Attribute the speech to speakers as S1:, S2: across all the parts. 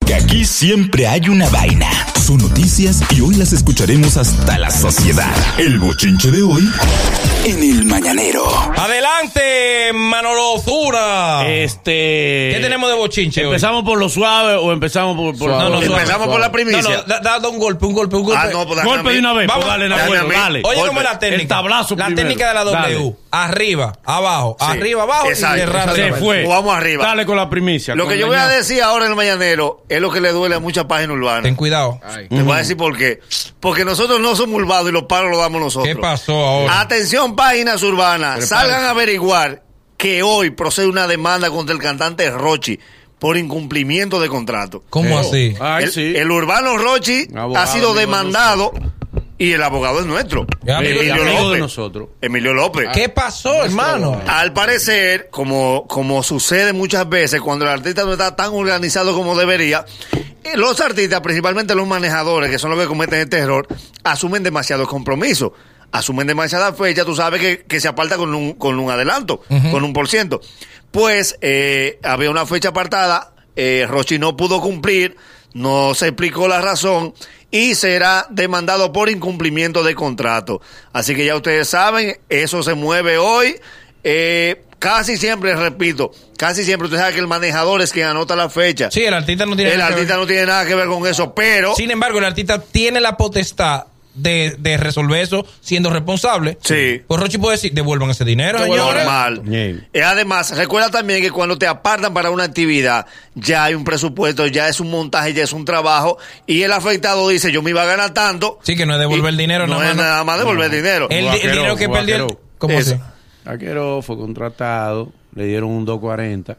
S1: Porque aquí siempre hay una vaina. Son noticias y hoy las escucharemos hasta la saciedad. El bochinche de hoy en el mañanero.
S2: Adelante, Manolo Osuna.
S3: Este.
S2: ¿Qué tenemos de bochinche? hoy?
S3: ¿Empezamos por lo suave o empezamos por. por-
S2: No, no, suave.
S4: Empezamos por la
S2: No,
S4: primicia.
S2: no, da, da- da un golpe, un golpe, un golpe.
S4: Ah, no, pues dame a
S3: Golpe
S4: mí.
S3: de una vez.
S2: Vamos.
S3: pues dale,
S4: Dame
S3: Nahuel,
S4: a mí.
S3: dale.
S2: Oye,
S4: golpe.
S2: ¿cómo es la técnica?
S3: El tablazo
S2: La
S3: primero.
S2: técnica de la W. Arriba, abajo,
S4: Sí.
S2: arriba, abajo
S4: Exacto.
S2: y cerrar.
S4: Se
S3: Se fue.
S4: O vamos arriba.
S3: Dale con la primicia.
S4: Lo que
S3: con
S4: yo
S3: la
S4: voy a
S3: ñapa.
S4: decir ahora en el mañanero es lo que le duele a muchas páginas
S2: Ten
S4: urbanas.
S2: cuidado.
S4: Te voy a decir por qué. Porque nosotros no somos urbanos y los palos los damos nosotros.
S2: ¿Qué pasó
S4: Ah,
S2: ahora?
S4: Atención, páginas urbanas. Salgan a averiguar que hoy procede una demanda contra el cantante Rochi por incumplimiento de contrato.
S2: ¿Cómo
S3: Oh.
S2: así?
S3: Ay,
S4: el,
S3: sí.
S4: el urbano Rochi
S3: Abogado
S4: ha sido
S3: amigo de
S4: demandado y el abogado es nuestro.
S2: Ya,
S3: Sí,
S2: Emilio
S3: Ah, amigo de
S4: López.
S3: nosotros.
S4: Emilio López.
S2: ¿Qué pasó, hermano?
S4: Al parecer, como, como sucede muchas veces cuando el artista no está tan organizado como debería, eh, los artistas, principalmente los manejadores, que son los que cometen este error, asumen demasiados compromisos, asumen demasiadas fechas, tú sabes que, que se aparta con un, con un adelanto, con un por ciento. Pues eh, había una fecha apartada, eh, Rochi no pudo cumplir, no se explicó la razón y será demandado por incumplimiento de contrato. Así que ya ustedes saben, eso se mueve hoy. Eh, casi siempre, repito, casi siempre usted sabe que el manejador es quien anota la fecha.
S2: Sí, el artista no tiene
S4: el
S2: nada que ver.
S4: artista no tiene nada que ver con eso, pero...
S2: Sin embargo, el artista tiene la potestad de, de resolver eso siendo responsable.
S4: Sí.
S2: Pues Rochi puede decir, devuelvan ese dinero, señores.
S4: Normal.
S3: Sí.
S4: Eh, además, recuerda también que cuando te apartan para una actividad, ya hay un presupuesto, ya es un montaje, ya es un trabajo, y el afectado dice, yo me iba a ganar tanto.
S2: Sí, que no es devolver el
S4: Y
S2: dinero,
S4: no
S2: nada
S4: es
S2: más, no.
S4: nada más devolver dinero.
S2: El, di- el
S3: Vaquero,
S2: dinero que perdió. el-
S3: vaquero.
S2: ¿Cómo
S4: Eso.
S2: así?
S3: Aquero fue contratado, le dieron un 240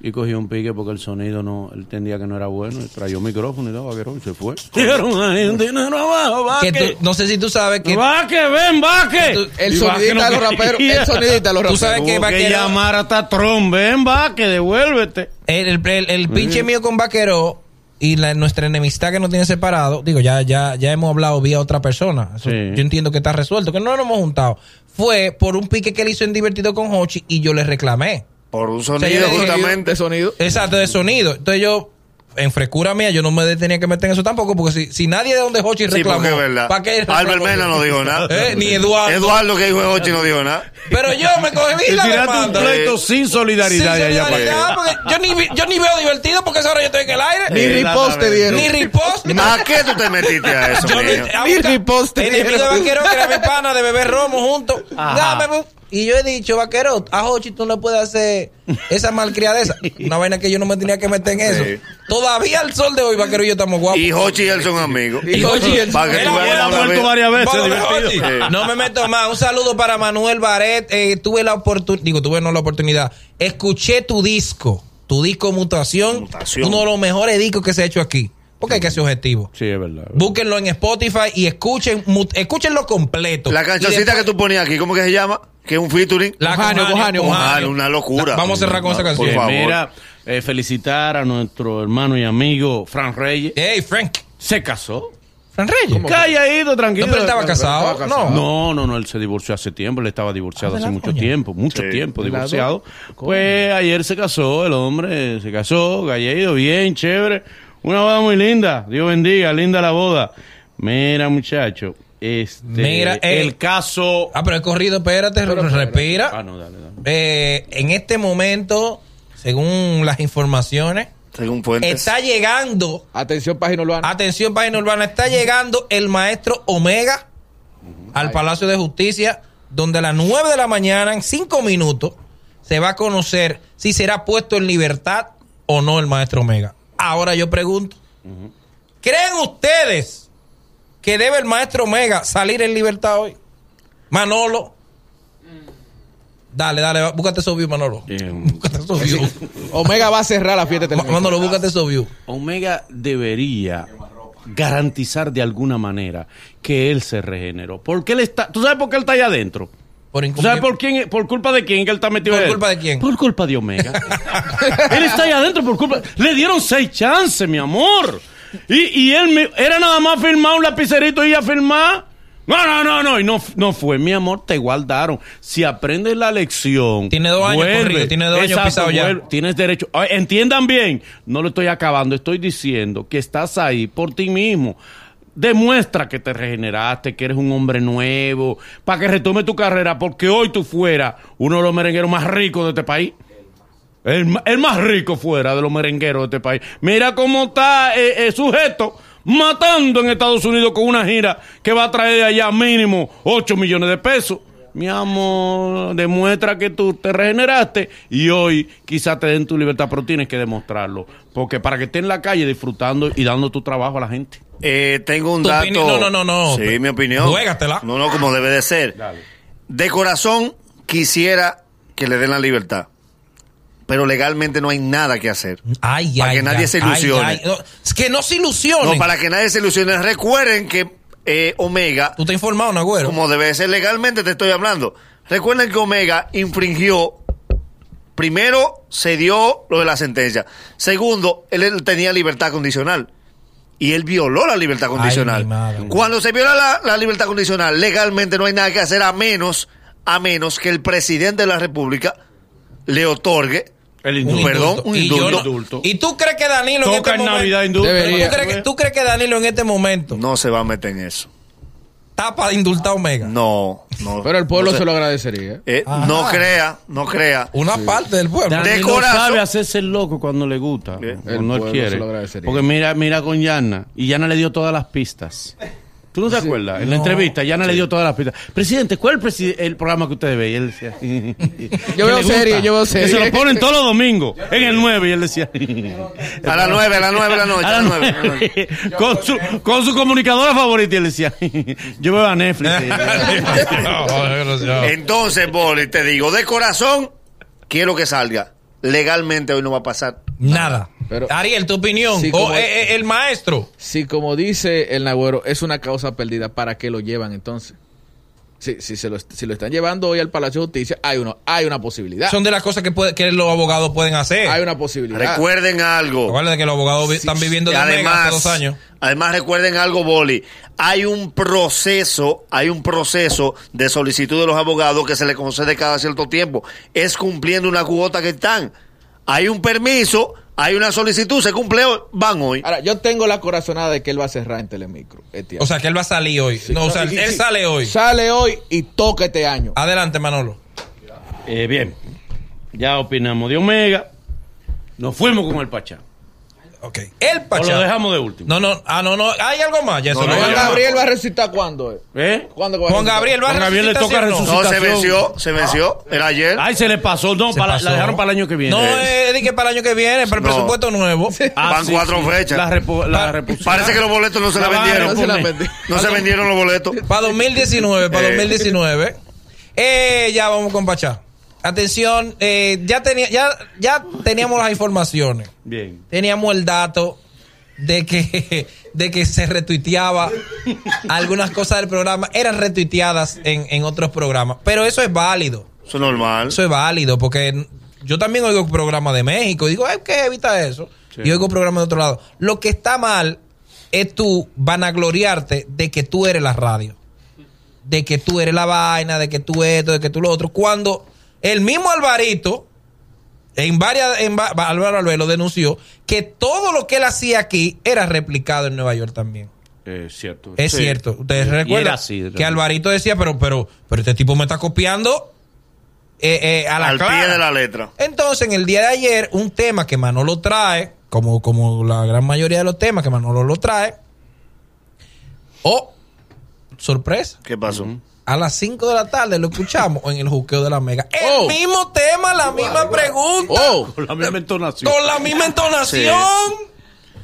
S3: y cogió un pique porque el sonido no, él entendía que no era bueno, y trayó micrófono y todo, Vaquero, y se fue. Dieron ahí un dinero abajo,
S2: Que
S3: Vaque.
S2: tú- no sé si tú sabes que
S3: Vaque, ven, Vaque.
S2: Tú-
S5: El
S3: Y Vaque
S5: sonidista
S3: no
S5: de los raperos.
S3: quería.
S5: El sonidista de los
S2: Tú
S5: raperos.
S2: sabes
S3: Tuvo
S2: que
S3: que
S2: Vaquero-
S3: llamar hasta Tron, ven, Vaque, devuélvete.
S2: el, el- el- el pinche mío con Vaquero y la- nuestra enemistad que nos tiene separado, digo, ya, ya, ya hemos hablado vía otra persona. Eso-
S3: Sí.
S2: Yo entiendo que está resuelto, que no nos hemos juntado. Fue por un pique que él hizo en Divertido con Hochi y yo le reclamé.
S4: Por un
S2: O sea, yo
S4: sonido,
S2: le dije,
S4: justamente.
S5: De sonido.
S2: Exacto, de sonido. Entonces yo, en frescura mía, yo no me tenía que meter en eso tampoco, porque si, si nadie de donde Hochi
S4: Sí,
S2: reclamó,
S4: porque es verdad.
S2: ¿para qué reclamó?
S4: Albert Mena no dijo nada.
S2: Eh, ni Eduardo.
S4: Eduardo que dijo Ochi no dijo nada.
S2: Pero yo me cogí
S3: Y
S2: la
S3: tiraste un
S2: demanda.
S3: pleito sin
S2: Sin
S3: solidaridad de allá para
S2: solidaridad,
S3: acá.
S2: porque yo ni, vi- yo ni veo divertido porque esa hora yo estoy en el
S5: Ni
S2: aire.
S5: riposte te dieron.
S2: Ni ripost. ni-
S4: ¿A qué tú te metiste a eso,
S2: Yo
S4: mijo?
S2: no-
S5: Ni
S2: a-
S5: riposte
S2: El enemigo de
S5: dieron.
S2: vaquero que era mi pana de beber romo juntos.
S3: Ajá.
S2: Dame, bu- Y yo he dicho, vaquero, a Hochi tú no puedes hacer esa malcriadeza. Una vaina que yo no me tenía que meter en eso.
S4: Sí.
S2: Todavía al sol de hoy, vaquero y yo estamos guapos.
S4: Y Hochi y él son amigos.
S2: Y Hochi y él-
S4: Para que
S2: Él
S4: tú
S2: ha-
S4: veas
S2: él ha
S4: la
S2: vuelto
S4: vez.
S3: varias veces,
S2: Vamos,
S3: divertido.
S2: Hochi.
S4: Sí.
S2: No me meto más. Un saludo para Manuel Baret. Eh, tuve la oportunidad, digo, tuve no la oportunidad. Escuché tu disco, tu disco Mutación,
S4: Mutación.
S2: uno de los mejores discos que se ha hecho aquí. Porque hay que ser objetivo.
S3: Sí, es verdad.
S2: Búsquenlo en Spotify y escuchen, mu- escúchenlo completo.
S4: La
S2: Y
S4: canchoncita
S2: después-
S4: que tú ponías aquí, ¿cómo que se llama? Que es un featuring.
S2: La
S5: Ojanio,
S2: Cojanio,
S5: Ojanio,
S2: Cojanio.
S4: Ojanio, una locura.
S2: Vamos a cerrar con esa
S4: Por
S2: canción.
S3: Bien,
S4: favor.
S3: Mira, eh, felicitar a nuestro hermano y amigo Fran Reyes.
S2: Ey, Frank.
S3: Se casó.
S2: Fran Reyes.
S3: Que haya ido,
S2: No,
S3: tranquilo.
S2: pero él estaba casado.
S5: estaba
S2: No.
S5: casado.
S3: No, no, no, él se divorció hace tiempo, él estaba divorciado hace mucho tiempo, mucho
S4: Sí.
S3: tiempo divorciado. Pues ayer se casó el hombre, se casó, Galledo, bien, chévere. Una boda muy linda, Dios bendiga, linda la boda. Mira, muchacho, este,
S2: Mira, eh.
S3: el caso...
S2: Ah, pero he corrido, espérate, respira.
S3: Ah, no, dale, dale.
S2: Eh, en este momento, según las informaciones,
S4: Según Fuentes.
S2: está llegando,
S5: Atención, página urbana.
S2: atención página urbana, está llegando el maestro Omega al Palacio de Justicia, donde a las 9 de la mañana, en 5 minutos, se va a conocer si será puesto en libertad o no el maestro Omega. Ahora yo pregunto, ¿creen ustedes que debe el maestro Omega salir en libertad hoy? Manolo. Dale, dale, va, búscate esos views, Manolo.
S3: Bien.
S2: Búscate esos views.
S5: Omega va a cerrar la fiesta.
S2: Ma-
S5: telefónica.
S2: Manolo, búscate esos views.
S3: Omega debería garantizar de alguna manera que él se regeneró. Porque él está, ¿tú sabes por qué él está allá adentro?
S2: Por
S3: ¿Tú
S2: incumplir-
S3: sabes por quién, por culpa de quién que él está metido
S2: ¿Por
S3: ahí?
S2: culpa de quién?
S3: Por culpa de Omega. él está ahí adentro por culpa. Le dieron seis chances, mi amor. Y, y él me- era nada más firmar un lapicerito y a firmar. No, no, no, no. Y no, no fue, mi amor, te guardaron. Si aprendes la lección.
S2: Tiene dos años
S3: vuelve.
S2: corrido, tiene dos años
S3: Exacto,
S2: pisado ya.
S3: vuelve. Tienes derecho. Ay, Entiendan bien, no lo estoy acabando, estoy diciendo que estás ahí por ti mismo. Demuestra que te regeneraste, que eres un hombre nuevo, para que retome tu carrera, porque hoy tú fueras uno de los merengueros más ricos de este país. El, ma- el más rico fuera de los merengueros de este país. Mira cómo está eh, eh, sujeto matando en Estados Unidos con una gira que va a traer allá mínimo 8 millones de pesos. Mi amor, demuestra que tú te regeneraste y hoy quizás te den tu libertad, pero tienes que demostrarlo. Porque para que estés en la calle disfrutando y dando tu trabajo a la gente.
S4: Eh, tengo un
S2: Tu
S4: dato.
S2: opinión- no, no, no, no.
S4: Sí, mi opinión.
S2: Juégatela.
S4: No, no, como debe de ser. De corazón quisiera que le den la libertad. Pero legalmente no hay nada que hacer.
S2: Ay,
S4: Para
S2: ay,
S4: que nadie
S2: ay,
S4: se
S2: ay,
S4: ilusione.
S2: ay. No, es que no se ilusione.
S4: No, para que nadie se ilusione. Recuerden que eh, Omega,
S2: Tú te has informado, Nagüero.
S4: como debe de ser legalmente, te estoy hablando. Recuerden que Omega infringió. Primero, se dio lo de la sentencia. Segundo, él, él tenía libertad condicional. Y él violó la libertad condicional.
S2: mi madre.
S4: Cuando se viola la, la libertad condicional, legalmente no hay nada que hacer a menos, a menos que el presidente de la República le otorgue
S3: El
S4: Un
S3: indulto.
S4: perdón, un
S2: Y yo
S4: indulto.
S2: no- ¿Y tú crees que Danilo en
S3: Toca
S2: este
S3: en
S2: momento...
S3: Navidad indulto.
S5: Debería.
S2: ¿Tú crees, que, tú crees que Danilo en este momento
S4: no se va a meter en eso.
S2: está para indultar a Omega?
S4: No, no.
S5: Pero el pueblo
S4: no
S5: se lo agradecería.
S4: Eh,
S2: Ajá.
S4: no crea, no crea.
S2: Una parte del pueblo.
S4: Dan-
S3: Danilo
S4: corazón.
S3: sabe hacerse el loco cuando le gusta,
S4: Bien.
S5: El
S3: cuando
S5: pueblo
S3: él
S5: se
S3: quiere.
S5: lo agradecería.
S3: Porque mira, mira con Yana, y Yana le dio todas las pistas. ¿Tú no te acuerdas? En la entrevista, Yana le dio todas las pistas. Presidente, ¿cuál es el presi- el programa que usted ve? Y él decía...
S5: Yo veo serie, yo veo serie.
S3: Que se lo ponen todos los domingos, en el 9, y él decía...
S4: A las nueve, a las nueve de la noche.
S3: A
S4: A
S3: las
S4: las nueve. a las nueve.
S3: nueve. con, su, con su comunicadora favorita, y él decía... Yo veo a Netflix.
S2: Ah.
S4: Entonces, Boli, te digo, de corazón, quiero que salga. Legalmente hoy no va a pasar.
S2: Nada.
S5: Pero-
S2: Ariel, tu opinión.
S5: Sí,
S2: O,
S5: como-
S2: eh, eh, el maestro.
S5: Si, como dice el Nagüero, es una causa perdida, ¿para qué lo llevan entonces? Si, si, se lo, si lo están llevando hoy al Palacio de Justicia, hay, uno, hay una posibilidad.
S2: Son de las cosas que, puede- que los abogados pueden hacer.
S5: Hay una posibilidad.
S4: Recuerden algo.
S2: Recuerden que los abogados vi- están viviendo de Omega hace dos
S4: Además,
S2: años.
S4: además, recuerden algo, Boli. Hay un proceso, hay un proceso de solicitud de los abogados que se le concede cada cierto tiempo. Es cumpliendo una cuota que están. Hay un permiso, hay una solicitud, se cumple hoy, van hoy.
S5: Ahora, yo tengo la corazonada de que él va a cerrar en Telemicro. este año.
S2: O sea, que él va a salir hoy. no, o sea,
S5: Y- y-
S2: él
S5: y-
S2: sale hoy. Ah,
S5: Sale hoy y toca este año.
S2: Adelante, Manolo.
S3: Eh, bien, ya opinamos de Omega. Nos fuimos con el Pachá.
S2: Ok. El
S3: O
S2: Pachá.
S3: lo dejamos de último.
S2: No, no. Ah, no, no. Hay algo más. Ya eso
S4: No,
S2: no,
S4: no,
S5: Juan
S2: hay.
S4: ya.
S5: Gabriel va a resucitar cuándo? eh?
S3: ¿Eh?
S5: ¿Cuándo va a
S2: Juan
S5: resucitar?
S2: Gabriel, ¿va a
S3: Juan Gabriel le
S2: resucitar,
S3: toca
S2: sí o no?
S3: resucitar.
S4: No, se
S3: Citación.
S4: venció, se venció. Era ayer.
S3: Ay, se le pasó. No,
S2: Se
S3: para-
S2: pasó.
S3: la dejaron para el año que viene.
S2: No, eh, di que para el año que viene, para el
S4: No.
S2: presupuesto nuevo. Ah,
S4: Van cuatro fechas.
S3: La, repu- la repusieron.
S4: Parece que los boletos no se
S3: La
S4: la
S3: van a
S5: No
S4: vendieron.
S5: se la
S3: Pone.
S5: vendí.
S4: No se vendieron los boletos.
S2: Para 2019, para
S4: Eh.
S2: 2019. Eh, ya vamos con Pachá. Atención, eh, ya, tenía, ya, ya teníamos las informaciones.
S3: Bien.
S2: Teníamos el dato de que, de que se retuiteaba algunas cosas del programa. Eran retuiteadas en, en otros programas. Pero eso es válido.
S4: Eso es normal.
S2: Eso es válido, porque yo también oigo programas de México y digo, hay que evita eso. Y oigo programas de otro lado. Lo que está mal es tú vanagloriarte de que tú eres la radio, de que tú eres la vaina, de que tú esto, de que tú lo otro. Cuando el mismo Alvarito, en varias, en va- Álvaro Albelo denunció que todo lo que él hacía aquí era replicado en Nueva York también.
S3: Eh, cierto.
S2: Es
S3: Sí.
S2: cierto. Ustedes
S3: Y era
S2: recuerdan
S3: así,
S2: que
S3: realmente.
S2: Alvarito decía, pero, pero, pero este tipo me está copiando eh, eh, a la
S4: Al
S2: clara".
S4: pie de la letra.
S2: Entonces, en el día de ayer, un tema que Manolo trae, como, como la gran mayoría de los temas que Manolo lo trae, oh, sorpresa,
S4: ¿Qué pasó?
S2: a las 5 de la tarde lo escuchamos en el juqueo de la mega. El
S5: Oh.
S2: mismo tema, la misma pregunta
S5: Oh,
S3: Con la misma entonación.
S2: con la misma entonación.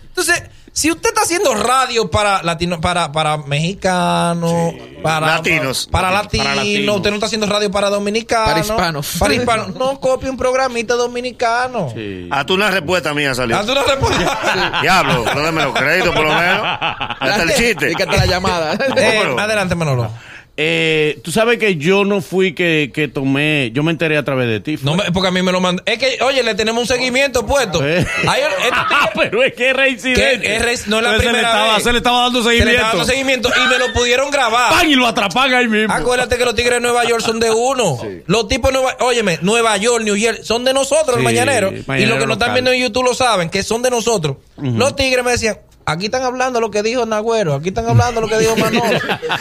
S2: Entonces, si usted está haciendo radio para latino, para, para mexicanos, para
S4: Latinos.
S2: para, latinos,
S3: Para latinos.
S2: usted no está haciendo radio para dominicanos,
S5: Para hispanos.
S2: para hispanos, no copie un programita dominicano.
S3: Sí.
S4: Haz Ah, tú una respuesta mía salió.
S3: Ah,
S2: Haz una respuesta.
S4: Diablo, no dame los créditos por lo menos. Hasta el chiste.
S5: dígate la llamada.
S2: Eh,
S4: pero-
S2: adelante, Manolo.
S3: eh, tú sabes que yo no fui que, que tomé, yo me enteré a través de ti.
S2: No
S3: fue.
S2: me- porque a mí me lo mandó. Es que, oye, le tenemos un seguimiento puesto.
S3: Eh.
S2: Hay- este
S3: Ah,
S2: tigre-
S3: pero es que es reincidente.
S2: Que es re- no es la
S3: Entonces
S2: primera
S3: se le estaba,
S2: vez.
S3: Se le estaba dando
S2: se le
S3: seguimiento.
S2: estaba dando seguimiento y me lo pudieron grabar.
S3: ¡Pam! Y lo atrapan ahí mismo.
S4: Ah,
S2: Acuérdate que los tigres de Nueva York son de uno. Los tipos de Nueva Óyeme, Nueva York, New York, son de nosotros,
S3: Sí,
S2: el mañanero. y
S3: mañanero
S2: los que nos
S3: local.
S2: están viendo en YouTube lo saben, que son de nosotros. Los tigres me decían. Aquí están hablando lo que dijo Nagüero, aquí están hablando lo que dijo Manolo,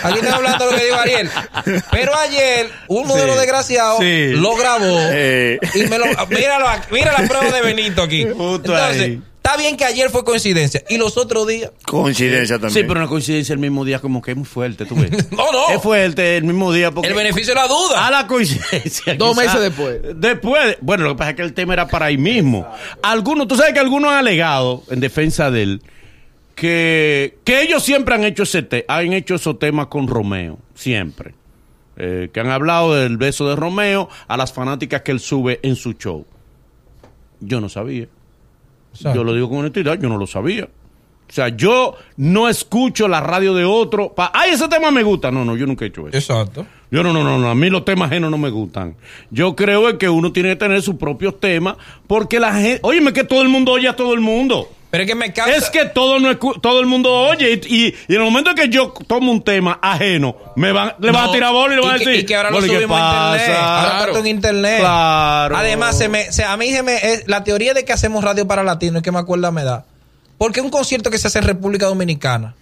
S2: aquí están hablando lo que dijo Ariel. Pero ayer, uno de
S3: Sí.
S2: los desgraciados
S3: Sí.
S2: lo grabó
S4: Eh.
S2: y me lo. Míralo, aquí, mira la prueba de Benito aquí.
S3: Justo
S2: Entonces,
S3: ahí.
S2: está bien que ayer fue coincidencia. Y los otros días,
S4: Coincidencia también.
S3: Sí, pero una coincidencia el mismo día como que es muy fuerte, tú ves.
S2: No, no.
S3: Es fuerte el mismo día porque...
S2: el beneficio de la duda.
S3: A la coincidencia.
S5: Dos
S3: quizá.
S5: meses después.
S3: Después. Bueno, lo que pasa es que el tema era para ahí mismo. Algunos, tú sabes que algunos han alegado en defensa de él que, que ellos siempre han hecho ese te- han hecho esos temas con Romeo. Siempre. Eh, que han hablado del beso de Romeo a las fanáticas que él sube en su show. Yo no sabía. Yo lo digo con honestidad, yo no lo sabía. O sea, yo no escucho la radio de otro. pa- Ay, ese tema me gusta. No, no, yo nunca he hecho eso.
S2: Exacto.
S3: Yo no, no, no, no, a mí los temas ajenos no me gustan. Yo creo es que uno tiene que tener sus propios temas porque la gente, óyeme que todo el mundo oye a todo el mundo.
S2: Pero es que me causa.
S3: Es que todo no escu- todo el mundo oye y, y- y en el momento que yo tomo un tema ajeno, me van le van a
S2: No.
S3: tirar bola y le
S2: Y
S3: van a
S2: que-
S3: decir,
S2: Y que ahora lo
S3: "Bueno, ¿y qué
S2: subimos a internet.
S3: pasa?".
S2: Ahora
S5: Claro.
S2: está todo en internet.
S3: Claro.
S2: Además, se me, se- a mí se me, es- la teoría de que hacemos radio para latinos es que me acuerda me da. Porque un concierto que se hace en República Dominicana,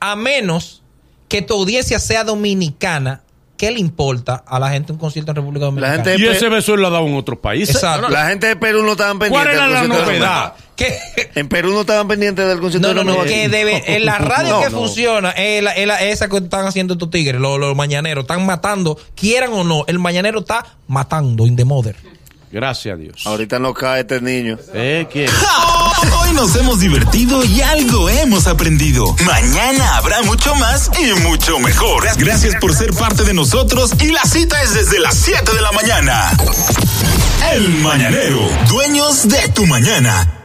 S2: a menos que tu audiencia sea dominicana, ¿qué le importa a la gente un concierto en República Dominicana?
S4: gente-
S3: y ese beso él lo ha dado en otros países.
S2: Exacto.
S4: La gente de Perú no estaban pendientes.
S3: ¿Cuál era
S4: del
S3: la
S4: concierto de
S3: novedad?
S2: ¿Qué?
S4: En Perú no estaban pendientes del concierto
S2: No,
S4: de
S2: no, no,
S4: Nueva
S2: que
S4: York.
S2: debe, en la radio
S4: No,
S2: que
S4: no.
S2: funciona es la- es la- esa que están haciendo estos tigres, los, los mañaneros, están matando, quieran o no, el mañanero está matando in the mother.
S3: Gracias a Dios.
S4: Ahorita nos cae este niño.
S3: Eh, ¿quién?
S1: Hoy nos hemos divertido y algo hemos aprendido. Mañana habrá mucho más y mucho mejor. Gracias por ser parte de nosotros y la cita es desde las 7 de la mañana. El Mañanero, dueños de tu mañana.